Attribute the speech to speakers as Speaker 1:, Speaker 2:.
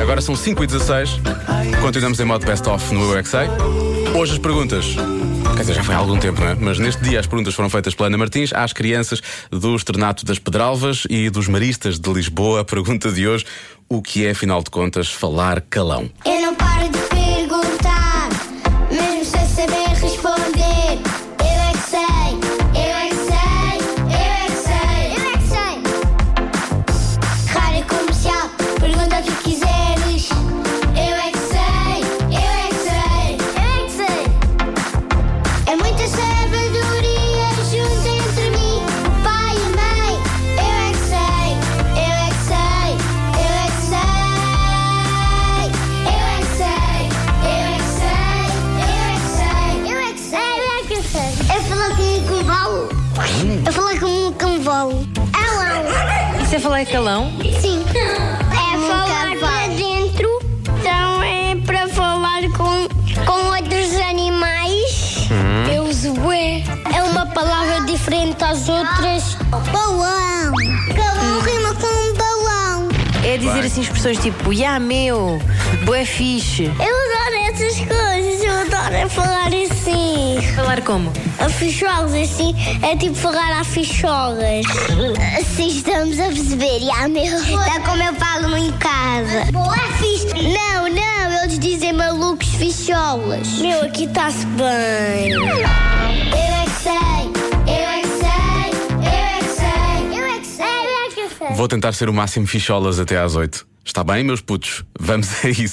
Speaker 1: Agora são 5 e 16 Continuamos em modo best-of no UXA. Hoje as perguntas. Quer dizer, já foi há algum tempo, não é? Mas neste dia as perguntas foram feitas pela Ana Martins às crianças do Externato das Pedralvas e dos Maristas de Lisboa. A pergunta de hoje: o que é, afinal de contas, falar calão?
Speaker 2: Eu não paro de perguntar, mesmo sem saber responder. Eu é que sei, eu é que sei, eu é que sei, eu é que sei. Rádio comercial, pergunta o que quiseres. Eu é que sei, eu é que sei, eu é que sei. É muita sabedoria junto entre mim, pai e mãe. Eu é que sei, eu é que sei, eu é que sei. Eu é que sei, eu é que sei, eu é que sei. Eu é que sei, eu é que sei. Eu falei com um cavalo. Eu falei com um cavalo. Alão.
Speaker 3: Você falou é calão?
Speaker 2: Sim. É falar para dentro, então é para falar com, com outros animais. Eu uso bué. É uma palavra diferente às outras. Um Balão. Balão rima com um balão.
Speaker 3: É dizer assim expressões tipo, ya meu, boé fixe.
Speaker 2: Eu adoro essas coisas, eu adoro falar assim.
Speaker 3: Falar como?
Speaker 2: A ficholas, assim, é tipo falar a ficholas. Assim estamos a perceber, e meu. Está como eu falo em casa. Boa, fixe. Não, não, eles dizem malucos ficholas. Meu, aqui está-se bem. Eu é que sei, eu é que sei, eu é que sei, eu é que sei, eu é que sei.
Speaker 1: Vou tentar ser o máximo ficholas até às 8. Está bem, meus putos? Vamos a isso.